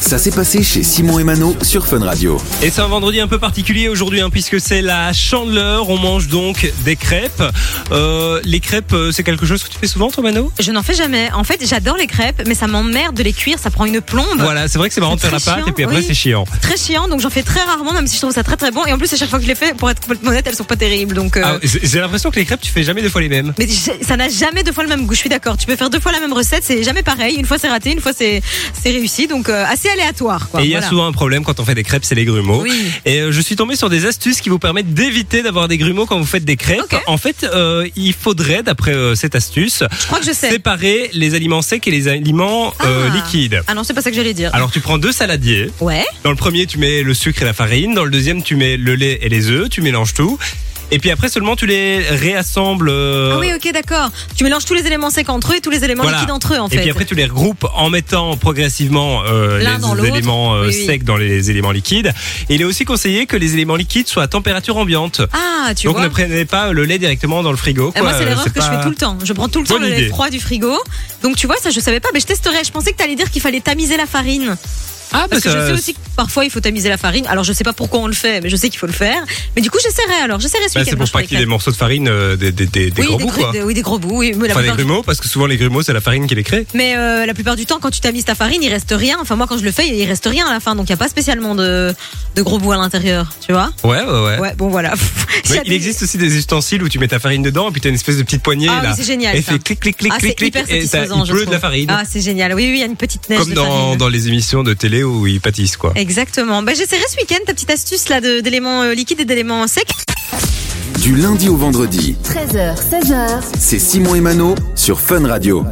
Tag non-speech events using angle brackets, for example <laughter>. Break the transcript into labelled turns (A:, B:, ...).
A: Ça s'est passé chez Simon et Mano sur Fun Radio.
B: Et c'est un vendredi un peu particulier aujourd'hui, hein, puisque c'est la chandeleur. On mange donc des crêpes. Euh, les crêpes, euh, c'est quelque chose que tu fais souvent, toi, Mano
C: Je n'en fais jamais. En fait, j'adore les crêpes, mais ça m'emmerde de les cuire, ça prend une plombe.
B: Voilà, c'est vrai que c'est marrant de
C: Bah, C'est
B: faire la pâte et
C: très chiant,
B: puis après
C: oui. Euh,
B: c'est chiant.
C: Très chiant, donc j'en fais très rarement, même si je trouve ça très très bon. Et en plus, à chaque fois que je les fais, pour être complètement honnête, elles sont pas terribles. Donc, euh,
B: Ah, j'ai j'ai l'impression que les crêpes, tu fais jamais deux fois les mêmes.
C: mais j'ai- ça n'a jamais deux fois le même goût. Je suis d'accord. Tu peux faire deux fois la même recette, c'est jamais pareil. Une fois c'est raté, une fois c'est c'est réussi, donc euh, assez aléatoire. Quoi.
B: et il y a
C: Voilà.
B: souvent un problème quand on fait des crêpes, c'est les grumeaux.
C: Oui.
B: Et euh, je suis tombé sur des astuces qui vous permettent d'éviter d'avoir des grumeaux quand vous faites des crêpes.
C: Ok.
B: En fait, euh, il faudrait, d'après euh, cette astuce,
C: Je crois que je sais.
B: séparer les aliments secs et les aliments euh,
C: Ah.
B: liquides.
C: Ah non, c'est pas ça que j'allais dire.
B: Alors tu prends deux saladiers.
C: Ouais.
B: Dans le premier, tu mets le sucre et la farine. Dans le deuxième, tu mets le lait et les œufs. Tu mélanges tout. Et puis après seulement, tu les réassembles. euh,
C: Ah oui, ok, d'accord. Tu mélanges tous les éléments secs entre eux et tous les éléments
B: Voilà.
C: liquides entre eux, en fait.
B: Et puis après, tu les regroupes en mettant progressivement euh,
C: L'un dans
B: les
C: l'autre.
B: éléments euh,
C: Oui, oui.
B: secs dans les éléments liquides. Et il est aussi conseillé que les éléments liquides soient à température ambiante.
C: Ah, tu
B: Donc
C: vois.
B: ne prenez pas le lait directement dans le frigo.
C: Et
B: quoi.
C: Ah, moi, c'est l'erreur que je
B: pas-
C: fais tout le temps. Je prends tout le temps
B: Bonne
C: le
B: idée.
C: lait froid du frigo. Donc, tu vois, ça, je savais pas, mais je testerai. Je pensais que t'allais dire qu'il fallait tamiser la farine.
B: Ah,
C: Parce que
B: ça-
C: je sais aussi que parfois, il faut tamiser la farine. Alors, je sais pas pourquoi on le fait, mais je sais qu'il faut le faire. Mais du coup, j'essaierai alors. J'essaierai ce
B: bah, c'est
C: week-end quand
B: pour
C: je
B: pas
C: ferai
B: qu'il y ait
C: les
B: des morceaux de farine, euh, des, des- des- des
C: crêpes.
B: gros
C: oui,
B: bouts,
C: des,
B: quoi.
C: gros- des- oui, des gros bouts. Oui, mais la
B: Enfin, des
C: plupart du-
B: grumeaux, parce que souvent les grumeaux, c'est la farine qui les crée.
C: Mais euh, la plupart du temps, quand tu tamises ta farine, il reste rien. Enfin, moi, quand je le fais, il reste rien à la fin. Donc, il n'y a pas spécialement de, de gros bouts à l'intérieur. Tu vois
B: Ouais, ouais, ouais.
C: Ouais, bon, voilà. <laughs>
B: Mais il
C: J'avais-
B: existe aussi des ustensiles où tu mets ta farine dedans et puis t'as une espèce de petite poignée
C: Ah,
B: là.
C: mais c'est génial,
B: Et
C: ça.
B: fait clic, clic, clic,
C: Ah,
B: clic,
C: c'est
B: clic,
C: hyper
B: et t'as-
C: satisfaisant.
B: il
C: je
B: pleut de
C: trouve.
B: la farine.
C: Ah, c'est génial. Oui, oui, il y a une petite neige.
B: comme
C: de
B: dans,
C: farine.
B: dans les émissions de télé où ils pâtissent, quoi.
C: Exactement. Bah, j'essaierai ce week-end ta petite astuce là de- d'éléments euh, liquides et d'éléments secs.
A: Du lundi au vendredi,
D: 13h, 16h,
A: c'est Simon et Mano sur Fun Radio.